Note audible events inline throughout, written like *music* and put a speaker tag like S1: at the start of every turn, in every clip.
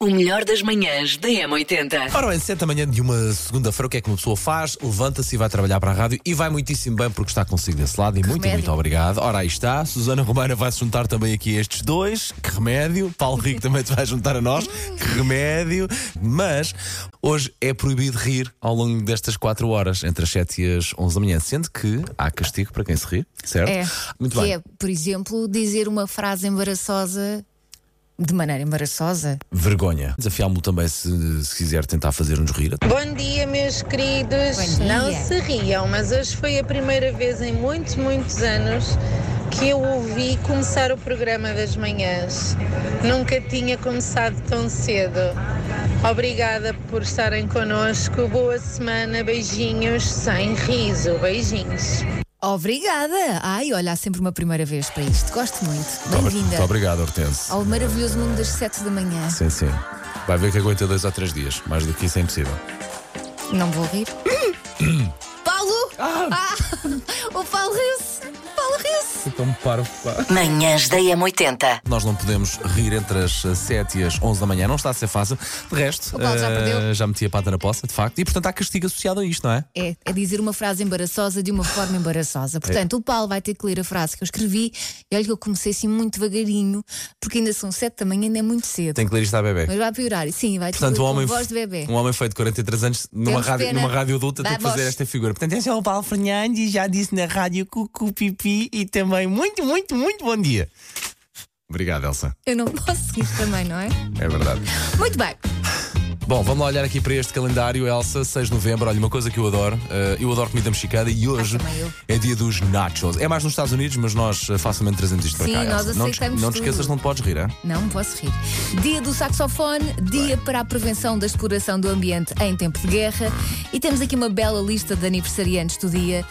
S1: O melhor das manhãs da M80.
S2: Ora bem, 7 da manhã de uma segunda-feira, o que é que uma pessoa faz? Levanta-se e vai trabalhar para a rádio e vai muitíssimo bem porque está consigo desse lado e muito,
S3: remédio.
S2: muito obrigado. Ora, aí está, Susana Romana vai se juntar também aqui a estes dois. Que remédio. Paulo Rico também se vai juntar a nós. Que remédio. Mas hoje é proibido rir ao longo destas 4 horas, entre as 7 e as 11 da manhã, sendo que há castigo para quem se rir, certo?
S3: É.
S2: Muito
S3: que
S2: bem.
S3: é, por exemplo, dizer uma frase embaraçosa de maneira embaraçosa.
S2: Vergonha. Desafiá-lo também se, se quiser tentar fazer-nos rir.
S4: Bom dia, meus queridos.
S3: Bom dia.
S4: Não se riam, mas hoje foi a primeira vez em muitos, muitos anos que eu ouvi começar o programa das manhãs. Nunca tinha começado tão cedo. Obrigada por estarem connosco. Boa semana, beijinhos, sem riso. Beijinhos.
S3: Obrigada! Ai, olha, há sempre uma primeira vez para isto. Gosto muito.
S2: Muito
S3: Bem-vinda
S2: obrigado, Hortense.
S3: ao maravilhoso mundo das 7 da manhã.
S2: Sim, sim. Vai ver que aguenta dois ou três dias. Mais do que isso é impossível.
S3: Não vou
S2: *coughs*
S3: rir. Paulo! Ah, o Paulo riu-se! O Paulo riu-se!
S2: Então paro.
S1: Manhãs da M80.
S2: Nós não podemos rir entre as 7 e as 11 da manhã. Não está a ser fácil. De resto,
S3: O Paulo já
S2: eh,
S3: perdeu.
S2: já meti a pata na poça, de facto. E portanto há castigo associado a isto, não é?
S3: É, é dizer uma frase embaraçosa de uma forma embaraçosa.
S2: É.
S3: Portanto, o Paulo vai ter que ler a frase que eu escrevi e olha que eu comecei assim muito devagarinho, porque ainda são 7 da manhã, ainda é muito cedo.
S2: Tem que ler isto à bebê.
S3: Mas vai piorar, sim, vai
S2: Portanto,
S3: ter
S2: um homem,
S3: voz de bebê.
S2: um homem feito de 43 anos numa
S3: Temos
S2: rádio,
S3: pena.
S2: numa rádio adulta tem que
S3: Vamos.
S2: fazer esta figura. Portanto, esse é o Paulo Fernandes, já disse na rádio Cucu Pipi e também muito, muito, muito bom dia. Obrigado, Elsa.
S3: Eu não *laughs* posso seguir também, não é?
S2: É verdade.
S3: Muito bem.
S2: Bom, vamos lá olhar aqui para este calendário, Elsa, 6 de novembro. Olha, uma coisa que eu adoro, eh, eu adoro comida mexicana e hoje
S3: também eu.
S2: é dia dos nachos. É mais nos Estados Unidos, mas nós eh, facilmente trazemos isto
S3: Sim,
S2: para cá.
S3: nós
S2: Elsa. não, te-
S3: aceitamos
S2: não te esqueças,
S3: tudo.
S2: não te podes rir, é?
S3: Não posso rir. Dia do saxofone, dia para a prevenção da exploração do ambiente em tempo de guerra. E temos aqui uma bela lista de aniversariantes do dia.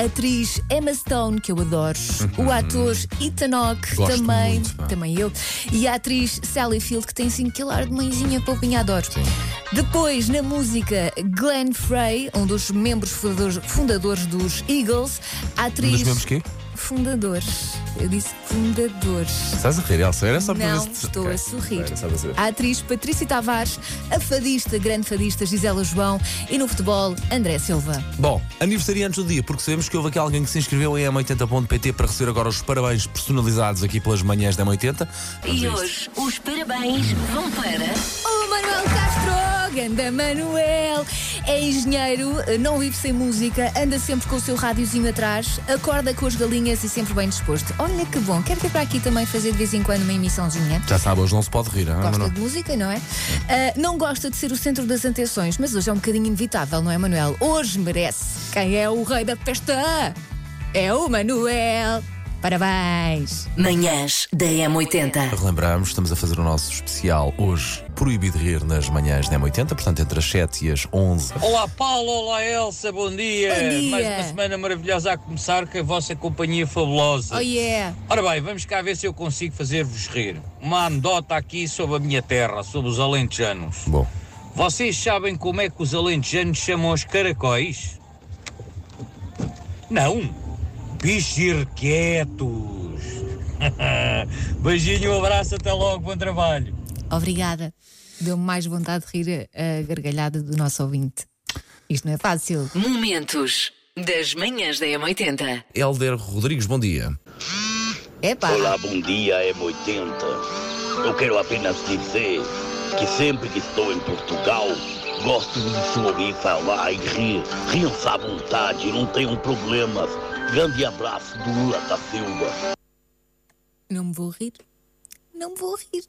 S3: A atriz Emma Stone, que eu adoro. O ator Ethan Hawke,
S2: Uhum. Gosto
S3: também.
S2: muito, pá.
S3: também eu. E a atriz Sally Field, que tem 5 kg de mãezinha poupinha, adoro. Depois, na música, Glenn Frey, um dos membros fundadores, fundadores dos Eagles. A atriz...
S2: Nos mesmos Um quê?
S3: Fundadores. Eu disse fundadores.
S2: Estás a rir, Elsa? Era só para
S3: Não,
S2: ver se...
S3: estou
S2: Ok.
S3: a sorrir. Ah.
S2: Era só para saber.
S3: A atriz Patrícia Tavares, a fadista, grande fadista Gisela João e no futebol André Silva.
S2: Bom, aniversariantes do dia, porque sabemos que houve aqui alguém que se inscreveu em m80.pt para receber agora os parabéns personalizados aqui pelas manhãs da M80. Vamos
S1: E
S2: a isto.
S1: hoje os parabéns vão para.
S3: O Manuel Castro, ganda Manuel, é engenheiro, não vive sem música, anda sempre com o seu rádiozinho atrás, acorda com as galinhas e sempre bem disposto. Olha que bom, quero ter para aqui também fazer de vez em quando uma emissãozinha.
S2: Já sabe, hoje não se pode rir, hein,
S3: Gosta
S2: Manuel?
S3: de música, não é? Ah, não gosta de ser o centro das atenções, mas hoje é um bocadinho inevitável, não é, Manuel? Hoje merece. Quem é o rei da festa? É o Manuel. Parabéns.
S1: Manhãs da M80.
S2: Relembramos, estamos a fazer o nosso especial hoje, proibido rir nas manhãs da M80, portanto entre as 7 e as 11
S5: Olá Paulo, olá Elsa, bom dia.
S3: Bom dia.
S5: Mais uma semana maravilhosa a começar com a vossa companhia fabulosa.
S3: Oh yeah.
S5: Ora bem, vamos cá ver se eu consigo fazer-vos rir. Uma anedota aqui sobre a minha terra, sobre os alentejanos.
S2: Bom,
S5: Vocês sabem como é que os alentejanos chamam os caracóis? Não, bichos irrequietos. *laughs* Beijinho, um abraço, até logo, bom trabalho.
S3: Obrigada. Deu-me mais vontade de rir a gargalhada do nosso ouvinte. Isto não é fácil.
S1: Momentos das manhãs da M80.
S2: Helder Rodrigues, bom dia.
S3: Epá.
S6: Olá, bom dia, M80. Eu quero apenas dizer que sempre que estou em Portugal, gosto de sorrir, falar e rir. Riam-se à vontade, não tenham problemas. Grande abraço do Lula da Silva.
S3: Não me vou rir. Não me vou rir.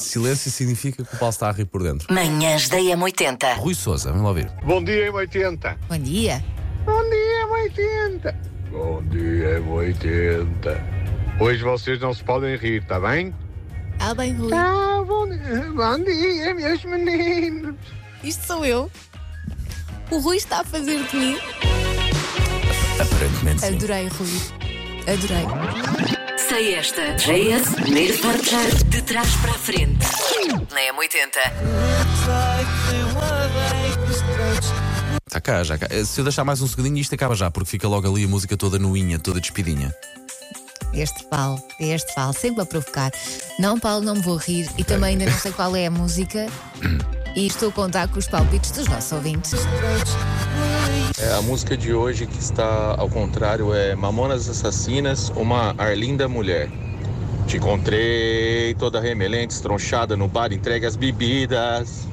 S2: Silêncio significa que o Paulo está a rir por dentro.
S1: Manhãs da M80.
S2: Rui Souza, vamos lá ouvir.
S7: Bom dia, M80.
S3: Bom dia.
S7: Bom dia, M80. Bom dia, M80. Hoje vocês não se podem rir, tá bem?
S3: Ah, bem, Rui.
S7: Ah, bom, bom dia, meus meninos.
S3: Isto sou eu. O Rui está a fazer de mim.
S2: Aparentemente sim.
S3: Adorei, Rui. Adorei.
S1: Sei esta. JS, primeiro partilhar de trás para a frente. Na M80.
S2: Está Tá cá, já cá. Eh, Se eu deixar mais um segundinho, isto acaba já, porque fica logo ali a música toda nuinha, toda despidinha.
S3: Este Paulo, este Paulo, sempre a provocar. Não, Paulo, não me vou rir. E também ainda não sei qual é a música. E estou a contar com os palpites dos nossos ouvintes.
S8: É, A música de hoje que está ao contrário é Mamonas Assassinas, uma arlinda mulher. Te encontrei toda remelente, estronchada no bar, entregue as bebidas.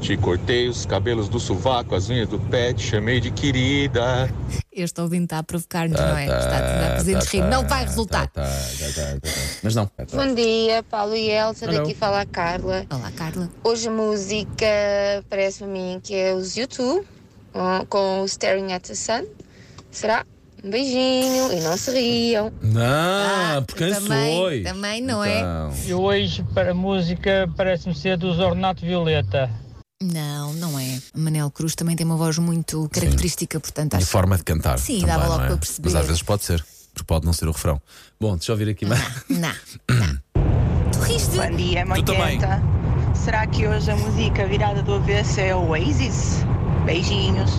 S8: Te cortei os cabelos do sovaco, as unhas do pé, te chamei de querida.
S3: Este ouvinte está a provocar-nos, não é? Está a dar presentes rir. Não vai resultar.
S2: Tá, tá, tá, tá. Mas não.
S9: Bom dia, Paulo e Elsa, daqui fala a Carla.
S3: Olá, Carla.
S9: Hoje a música parece a mim que é os YouTube com o Staring at the Sun. Será? Um beijinho e não se riam.
S2: Não, porque quem
S3: Ah, também,
S2: foi?
S3: também não é?
S2: Então,
S10: E hoje para a música parece-me ser do Zornato Violeta.
S3: é? Não, não é. Manel Cruz também tem uma voz muito característica, portanto
S2: E
S3: acho
S2: forma de cantar.
S3: Sim,
S2: também,
S3: dava logo
S2: não é?
S3: para perceber.
S2: Mas às vezes pode ser, porque pode não ser o refrão. Bom, deixa eu ouvir
S3: Ah,
S2: aqui mais.
S3: Não, não. Tu riste?
S11: Bom dia,
S2: Tu também.
S11: 80. Será que hoje a música virada do avesso é Oasis? Beijinhos.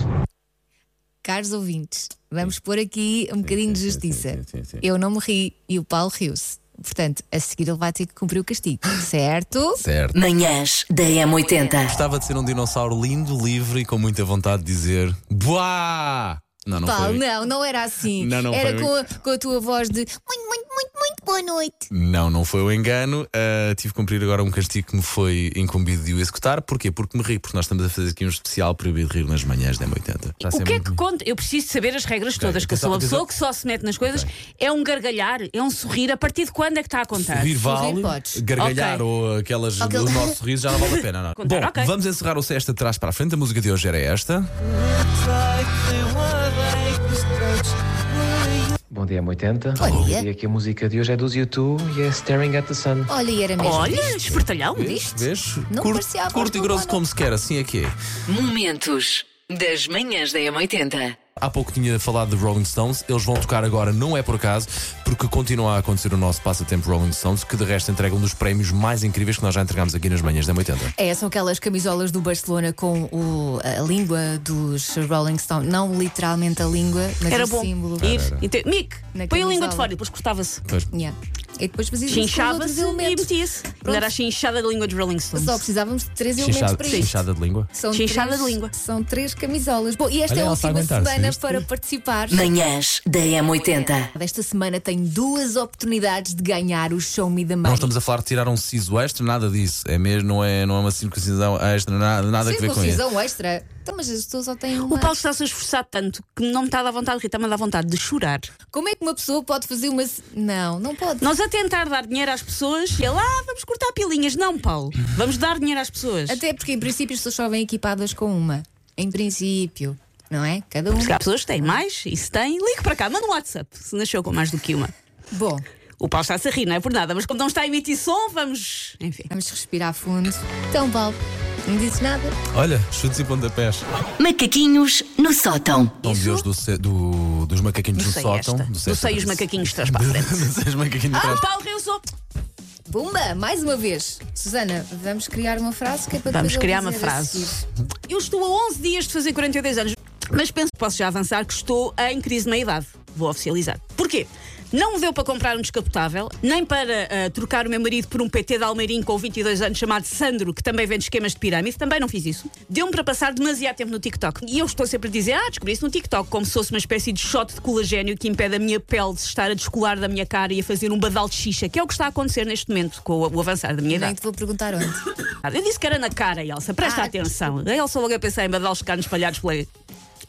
S3: Caros ouvintes, vamos pôr aqui um bocadinho de
S2: sim, sim,
S3: justiça.
S2: sim, sim, sim.
S3: Eu não me ri e o Paulo riu-se. Portanto, a seguir ele vai ter que cumprir o castigo, certo?
S2: Certo.
S1: Manhãs da M80.
S2: Gostava de ser um dinossauro lindo, livre e com muita vontade de dizer Buá! Não, não
S3: Paulo,
S2: foi.
S3: não, não era assim.
S2: Não, não
S3: era
S2: foi
S3: com a, com a tua voz de muito, muito, muito, muito boa noite.
S2: Não, não foi o engano. Ah, tive que cumprir agora um castigo que me foi incumbido de o executar. Porquê? Porque me ri, porque nós estamos a fazer aqui um especial proibido de rir nas manhãs da M80. Já
S12: O
S2: sei
S12: que é
S2: muito
S12: que conta? Eu preciso saber as regras
S2: Ok,
S12: todas, que eu sou uma
S2: atenção,
S12: pessoa que só se mete nas coisas. É um gargalhar, é um sorrir. A partir de quando é que está a contar?
S2: Rir vale,
S3: podes.
S2: gargalhar
S12: Ok.
S2: ou aquelas
S3: Aquele-
S2: do nosso sorriso já não vale a pena. Não. é?
S12: Contar,
S2: Bom,
S12: ok.
S2: vamos encerrar o sexta de trás para a frente. A música de hoje era esta.
S10: Bom dia, 80.
S3: Bom dia.
S10: E aqui a música de hoje é dos YouTube e é Staring at the Sun.
S3: Olha, e era mesmo.
S12: Olha, espertalhão.
S2: Vês? Vês?
S3: Não
S2: Curto,
S3: parecia a voz
S2: curto e
S3: do
S2: grosso
S3: Bono.
S2: como se quer, assim é que é.
S1: Momentos das manhãs da M80.
S2: Há pouco tinha falado de Rolling Stones, eles vão tocar agora, não é por acaso, porque continua a acontecer o nosso passatempo Rolling Stones, que de resto entrega um dos prémios mais incríveis que nós já entregamos aqui nas manhãs da 80.
S3: É, são aquelas camisolas do Barcelona com o- a língua dos Rolling Stones. Não literalmente a língua, mas
S12: Era
S3: o
S12: bom
S3: símbolo.
S12: ir. Então, Mick,
S3: Na
S12: põe a língua de
S3: camisola.
S12: fora e depois cortava-se.
S3: Yeah. E depois fazia isso com outros
S12: Chinchava-se e
S3: elementos.
S12: metia-se. Não
S2: assim.
S12: era a chinchada da língua dos Rolling Stones.
S3: Só precisávamos de três elementos
S2: Chinchada,
S3: para isto.
S2: chinchada de língua.
S3: São
S12: Chinchada
S3: três-
S12: de língua.
S3: São três camisolas. Bom, e esta
S2: Olha,
S3: é a
S2: ela está a
S3: última
S2: aguentar-se,
S3: semana
S2: viste? *laughs*
S3: para participar.
S1: Manhãs da M80.
S3: Desta semana tenho duas oportunidades de ganhar o Show Me the
S2: Não
S3: Money.
S2: estamos a falar de tirar um siso extra, nada disso. É mesmo, não é, não é uma circuncisão extra, nada, nada a ver com isso.
S3: Circuncisão extra. Então, mas as pessoas só têm uma.
S12: O Paulo está-se a esforçar tanto que não me está a dar vontade de rir, está-me a dar vontade de chorar.
S3: Como é que uma pessoa pode fazer uma. Não, não pode.
S12: Nós a tentar dar dinheiro às pessoas e ele, ah, vamos cortar pilinhas. Não, Paulo, vamos dar dinheiro às pessoas.
S3: Até porque, em princípio, as pessoas só vêm equipadas com uma. Em princípio. Não é? Cada um.
S12: Porque há pessoas que têm mais e se têm, ligue para cá, manda um WhatsApp se nasceu com mais do que uma.
S3: Bom,
S12: O Paulo está-se a rir, não é por nada, mas como não está a emitir som, vamos. Enfim.
S3: vamos respirar fundo. Então, Paulo, não dizes nada?
S2: Olha, chutes e pontapés.
S1: Macaquinhos no sótão.
S2: São de hoje do se- do- dos macaquinhos
S12: Não
S2: no
S12: sei
S2: sótão.
S12: esta.
S2: do
S12: Não
S2: sexta-
S12: sei os macaquinhos de trás
S2: *laughs*
S12: para a frente.
S2: Não sei os macaquinhos
S12: Ah,
S2: atrás.
S12: o Paulo riu só.
S3: Pumba, mais uma vez. Susana, vamos criar uma frase que é para depois
S12: Vamos
S3: eu
S12: criar uma
S3: dizer a
S12: frase.
S3: seguir.
S12: Eu estou a 11 dias de fazer 42 anos, mas penso que posso já avançar que estou em crise de meia-idade. Vou oficializar. Porquê? Não me deu para comprar um descapotável, nem para ah, trocar o meu marido por um PT de Almeirim com 22 anos chamado Sandro, que também vende esquemas de pirâmide, também não fiz isso. Deu-me para passar demasiado tempo no TikTok. E eu estou sempre a dizer, ah, descobri isso no TikTok, como se fosse uma espécie de shot de colagênio que impede a minha pele de se estar a descolar da minha cara e a fazer um badal de xixa, que é o que está a acontecer neste momento com o o avançar da minha idade.
S3: Nem te vou perguntar onde.
S12: Ah, Eu disse que era na cara, Elsa. Presta
S3: Ah,
S12: atenção. A Elsa logo a pensar em badal de carne espalhados pela.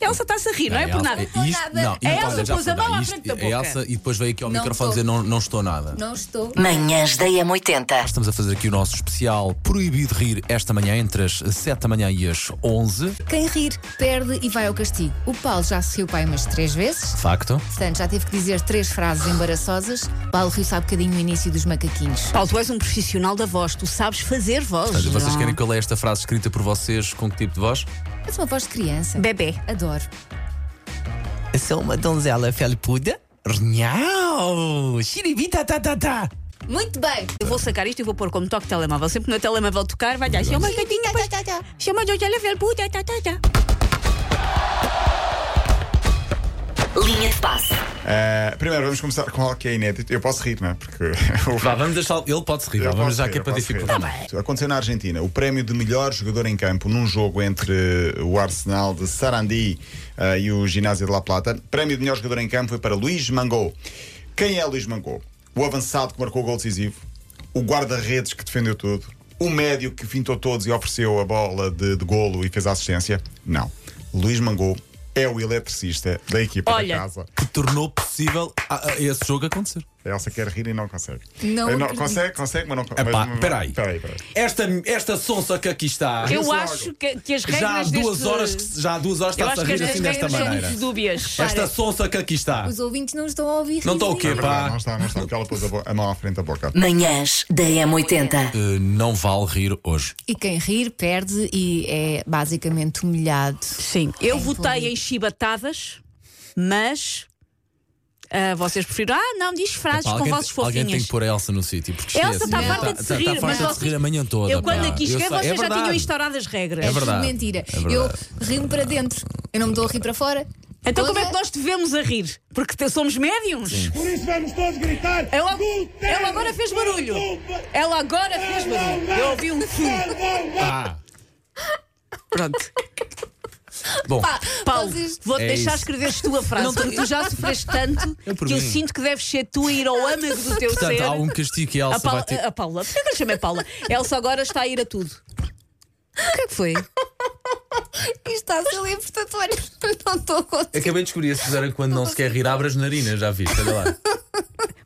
S12: Elsa está-se a rir, não é por
S2: Elsa,
S12: nada.
S2: é isto- não, e
S12: A
S2: repara,
S12: Elsa
S2: já
S12: pôs a
S2: foi,
S12: mão
S2: não,
S12: à
S2: isto-
S12: frente da
S2: a
S12: boca.
S2: Elsa e depois veio aqui ao
S3: Não
S2: microfone dizer
S3: estou.
S2: não, não estou nada.
S3: Não estou.
S1: Manhãs da M80.
S2: Estamos a fazer aqui o nosso especial Proibido Rir esta manhã, entre as 7 da manhã e as 11. De
S3: Quem rir, perde e vai ao castigo. O Paulo já se riu pai umas três vezes.
S2: facto.
S3: Portanto, já teve que dizer três frases embaraçosas. Paulo riu-se há bocadinho no início dos macaquinhos.
S12: Paulo, tu és um profissional da voz, tu sabes fazer voz.
S2: Portanto, Vocês querem que eu leia esta frase escrita por vocês com que tipo de voz?
S3: És uma voz de criança.
S12: Bebê.
S3: Adoro.
S2: Sou uma donzela felpuda. Rnhau! Xiribita tá tá tá!
S3: Muito bem.
S12: Eu vou sacar isto e vou pôr como toque de telemóvel. Sempre que o meu telemóvel tocar, vai dar assim, chama a gatinha, pois- chama de olho, puta, tá, tá, tá.
S1: Linha de passe.
S13: Ah, primeiro, vamos começar com algo que é inédito. Eu posso rir, não é? Porque. *laughs*
S2: Vá, vamos deixar. Ele pode se rir,
S13: Eu
S2: vá, vamos
S13: posso
S2: já
S13: rir,
S2: que é
S13: eu
S2: para
S13: posso rir.
S2: dificultar.
S12: Tá
S13: Aconteceu na Argentina. O prémio de melhor jogador em campo num jogo entre o Arsenal de Sarandi ah, e o Ginásio de La Plata. Prémio de melhor jogador em campo foi para Luís Mangou. Quem é Luís Mangou? O avançado que marcou o gol decisivo, o guarda-redes que defendeu tudo, o médio que fintou todos e ofereceu a bola de, de golo e fez a assistência? Não. Luís Mangou é o eletricista da equipa
S12: Olha.
S13: da casa.
S2: Que tornou possível a- a- esse jogo acontecer.
S13: A Elsa quer rir e não consegue.
S12: Não
S13: Eh,
S12: acredito.
S13: consegue, consegue, mas não consegue.
S2: Epá, peraí.
S13: peraí, peraí.
S2: Esta, esta sonsa que aqui está.
S12: Eu acho que, é que as regras.
S2: já há duas
S12: deste-
S2: horas que se- já há duas horas
S12: Eu
S2: está-se
S12: acho
S2: a
S12: que as
S2: rir assim
S12: regras
S2: desta maneira.
S12: são dúbias.
S2: Esta sonsa que aqui está.
S3: Os ouvintes não estão a ouvir.
S2: Não está o quê,
S13: É verdade,
S2: pá?
S13: Não está, não está, porque ela pôs a, bo- a mão à frente da boca.
S1: Manhãs da M80.
S2: Eh, não vale rir hoje.
S3: E quem rir perde e é basicamente humilhado.
S12: Sim, Eu votei em chibatadas, mas ah, vocês preferiram. Ah, não, diz frases
S2: Pá,
S12: com
S2: alguém,
S12: vozes
S2: alguém tem
S12: fofinhas.
S2: que pôr a Elsa no sítio. Porque
S12: Elsa
S2: esquece,
S12: está
S2: não,
S12: farta de se rir,
S2: está tá farta de
S12: mas
S2: se
S12: vocês-
S2: rir a manhã toda.
S12: Eu quando
S2: pá.
S12: aqui
S2: Eu
S12: cheguei,
S2: sei, é
S12: vocês já
S2: verdade.
S12: tinham instaurado as regras.
S2: É
S3: Tudo
S2: verdade.
S3: mentira.
S2: É verdade.
S3: eu rimo para dentro. Eu não me estou a rir para fora.
S12: Então como é que nós devemos a rir? Porque te- somos médiums.
S14: Por isso vamos todos gritar.
S12: Ela, ela agora fez barulho. Ela agora fez barulho. Eu ouvi um fum.
S2: Ah,
S12: Pronto.
S2: bom.
S12: Pá, Paulo, vou-te
S2: É
S12: deixar
S2: isso.
S12: escreveres tu a frase,
S2: Não tem-
S12: porque tu já sofreste tanto
S2: *laughs* Eu por
S12: que eu
S2: mim.
S12: sinto que deves ser tu a ir ao âmago do teu
S2: Portanto,
S12: ser.
S2: há um castigo que a Elsa
S12: a, Paula,
S2: vai ter.
S12: a Paula, porquê que eu lhe chamei Paula? Elsa agora está a ir a tudo. O que é que foi?
S3: *laughs* Isto está a ser libertatório. *laughs* Não estou a
S12: eh,
S3: conseguir.
S2: Acabei de descobrir, Suzana, que quando não se quer rir, abre as narinas, já viste? Olha lá.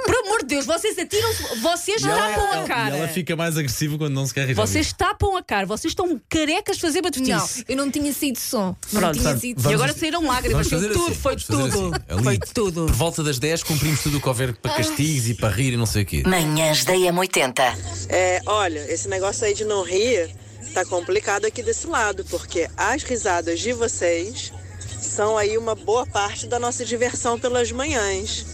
S12: Por amor de Deus, vocês atiram, vocês
S2: E ela-
S12: tapam
S2: E
S12: a
S2: ela
S12: cara.
S2: fica mais agressiva quando não se quer rir. já
S12: Vocês tapam a cara, vocês estão carecas de fazer
S3: Não,
S12: batutice.
S3: eu não tinha sido som. Não
S12: Pronto.
S3: tinha
S2: Portanto,
S3: sido
S2: vamos
S12: E agora
S2: assim-
S12: saíram
S2: Vamos
S12: lágrimas, foi
S2: fazer
S12: tudo,
S2: assim,
S12: foi
S2: vamos fazer
S12: tudo.
S2: assim, ali.
S12: Foi tudo.
S2: Por volta das 10 cumprimos tudo o que houver para castigos e para rir e não sei o quê.
S1: Manhãs da M80.
S7: É, olha, esse negócio aí de não rir tá complicado aqui desse lado, porque as risadas de vocês são aí uma boa parte da nossa diversão pelas manhãs.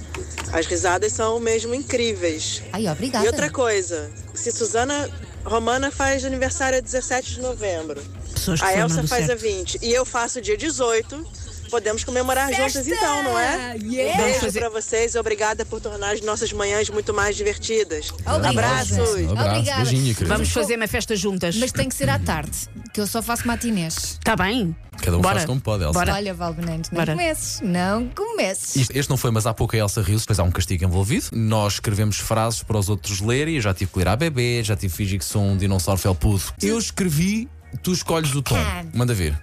S7: As risadas são mesmo incríveis.
S3: Ai, obrigada.
S7: E outra coisa, se Suzana Romana faz aniversário a 17 de novembro,
S3: Pessoas que
S7: a
S3: foram
S7: Elsa
S3: dando
S7: faz a
S3: certo.
S7: 20 e eu faço dia 18, podemos comemorar juntas então, não é?
S12: Yeah!
S7: Um
S12: Vamos
S7: beijo
S12: fazer-
S7: pra vocês e obrigada por tornar as nossas manhãs muito mais divertidas.
S3: Obrigada.
S7: Abraços!
S2: Um abraço,
S3: Obrigada.
S2: beijinho, querida.
S12: Vamos fazer uma festa juntas.
S3: Mas tá tem que ser à tarde, que eu só faço matinés.
S12: Está bem?
S2: Cada um
S12: Bora.
S2: faz como pode, Elsa.
S3: Olha, Val Benante, não
S2: Bora.
S3: comeces. Não comeces.
S2: Isto- este não foi, mas há pouco a Elsa riu depois há um castigo envolvido. Nós escrevemos frases para os outros lerem. Eu já tive que ler a bebê, já tive que fingir que sou um dinossauro felpudo. Eu escrevi, tu escolhes o tom.
S15: Ah.
S2: Manda ver.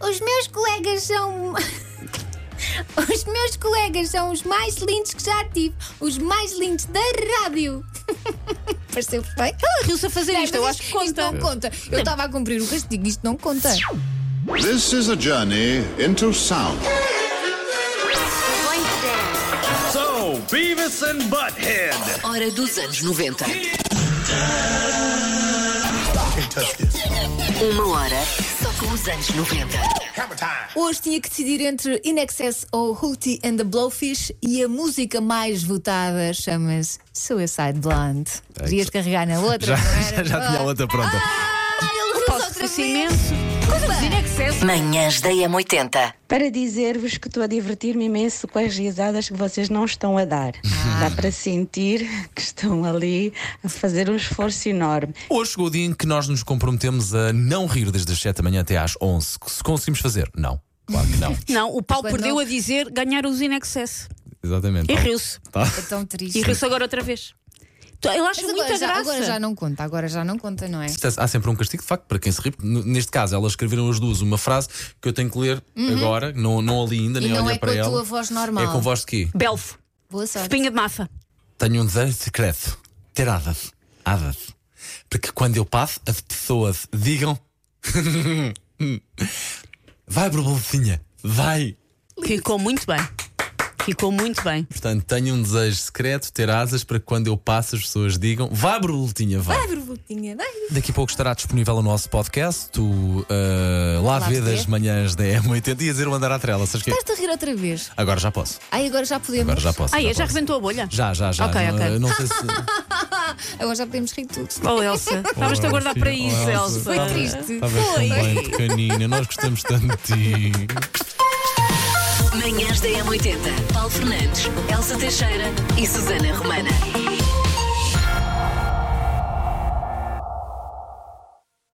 S15: Os meus colegas são. *laughs* Os meus colegas são os mais lindos que já tive. Os mais lindos da rádio. *laughs*
S3: Pareceu bem?
S12: Ela riu-se a fazer
S3: Não,
S12: isto, eu
S3: Ah, mas
S12: acho que
S3: Isto não conta. Eu estava a cumprir o castigo, isto não conta.
S16: This is a journey into sound.
S1: So, Beavis and Butthead. Hora dos anos 90. Uma hora só com os anos 90.
S3: Hoje tinha que decidir entre In Excess ou Hootie and the Blowfish e a música mais votada chama-se Suicide Blonde. Podias carregar na
S2: Já,
S3: outra. não
S2: já, *laughs*
S3: era?
S2: já tinha a outra pronta.
S3: Posso outra vez.
S1: Manhãs da M80.
S17: Para dizer-vos que estou a divertir-me imenso com as risadas que vocês não estão a dar. Dá para sentir que estão ali a fazer um esforço enorme.
S2: Hoje chegou o dia em que nós nos comprometemos a não rir desde as 7 da manhã até às 11. Se conseguimos fazer? Não. Claro que
S12: *laughs*
S2: não.
S12: Não, o Paulo perdeu a dizer ganhar os in excess.
S2: Exatamente.
S12: E riu-se.
S2: Tá.
S3: É tão triste.
S12: E riu-se agora outra vez. Então, Eu acho
S3: Mas
S12: muita
S3: agora já,
S12: graça.
S3: Agora já não conta, agora já não conta, não é?
S2: Isto é- Há sempre um castigo, de facto, para quem se ri. N- Neste caso, elas escreveram as duas uma frase que eu tenho que ler
S3: Uhum.
S2: agora, não, não ali ainda,
S3: E
S2: nem
S3: não
S2: olhei
S3: é com
S2: para
S3: a
S2: ela.
S3: tua voz normal.
S2: É com voz de quê?
S12: Belfo.
S3: Boa sorte.
S12: Espinha de mafa.
S2: Tenho um desejo secreto: ter hadas. Hadas. Porque quando eu passo, as pessoas digam: *laughs* Vai, borboletinha, vai.
S12: Ficou muito bem. Ficou muito bem.
S2: Portanto, tenho um desejo secreto: ter asas para que quando eu passo, as pessoas digam: Vai, borboletinha, vai.
S3: Vai, borboletinha, vai.
S2: Daqui a pouco estará disponível o nosso podcast, o uh, Lá
S3: Lá
S2: Vê
S3: se
S2: das
S3: vê.
S2: Manhãs da M80. Ia dizer o andar à trela, sabes quê?
S3: Estás-te a rir outra vez.
S2: Agora já posso.
S3: Ai, agora já podemos.
S2: Agora já posso,
S12: Ah,
S2: já
S12: é, já
S2: posso.
S12: rebentou a bolha?
S2: Já, já, já.
S12: Ok,
S2: Não-
S12: ok.
S2: eu Não,
S12: *laughs*
S2: sei se.
S3: Agora já podemos rir tudo.
S12: Oh, Elsa, estavas-te a guardar para isso, Elsa.
S3: Foi triste.
S2: Estavas tão
S3: Foi.
S2: bem, pequenina. Nós gostamos tanto de ti.
S1: Manhãs da M80. Paulo Fernandes, Elsa Teixeira e Susana Romana.